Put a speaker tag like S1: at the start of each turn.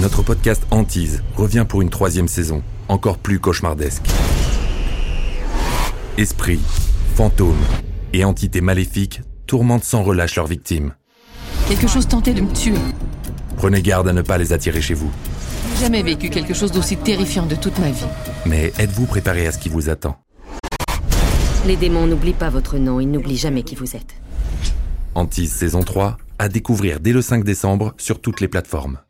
S1: Notre podcast Antise revient pour une troisième saison, encore plus cauchemardesque. Esprits, fantômes et entités maléfiques tourmentent sans relâche leurs victimes.
S2: Quelque chose tentait de me tuer.
S1: Prenez garde à ne pas les attirer chez vous.
S2: J'ai jamais vécu quelque chose d'aussi terrifiant de toute ma vie.
S1: Mais êtes-vous préparé à ce qui vous attend
S3: Les démons n'oublient pas votre nom, ils n'oublient jamais qui vous êtes.
S1: Antise saison 3, à découvrir dès le 5 décembre sur toutes les plateformes.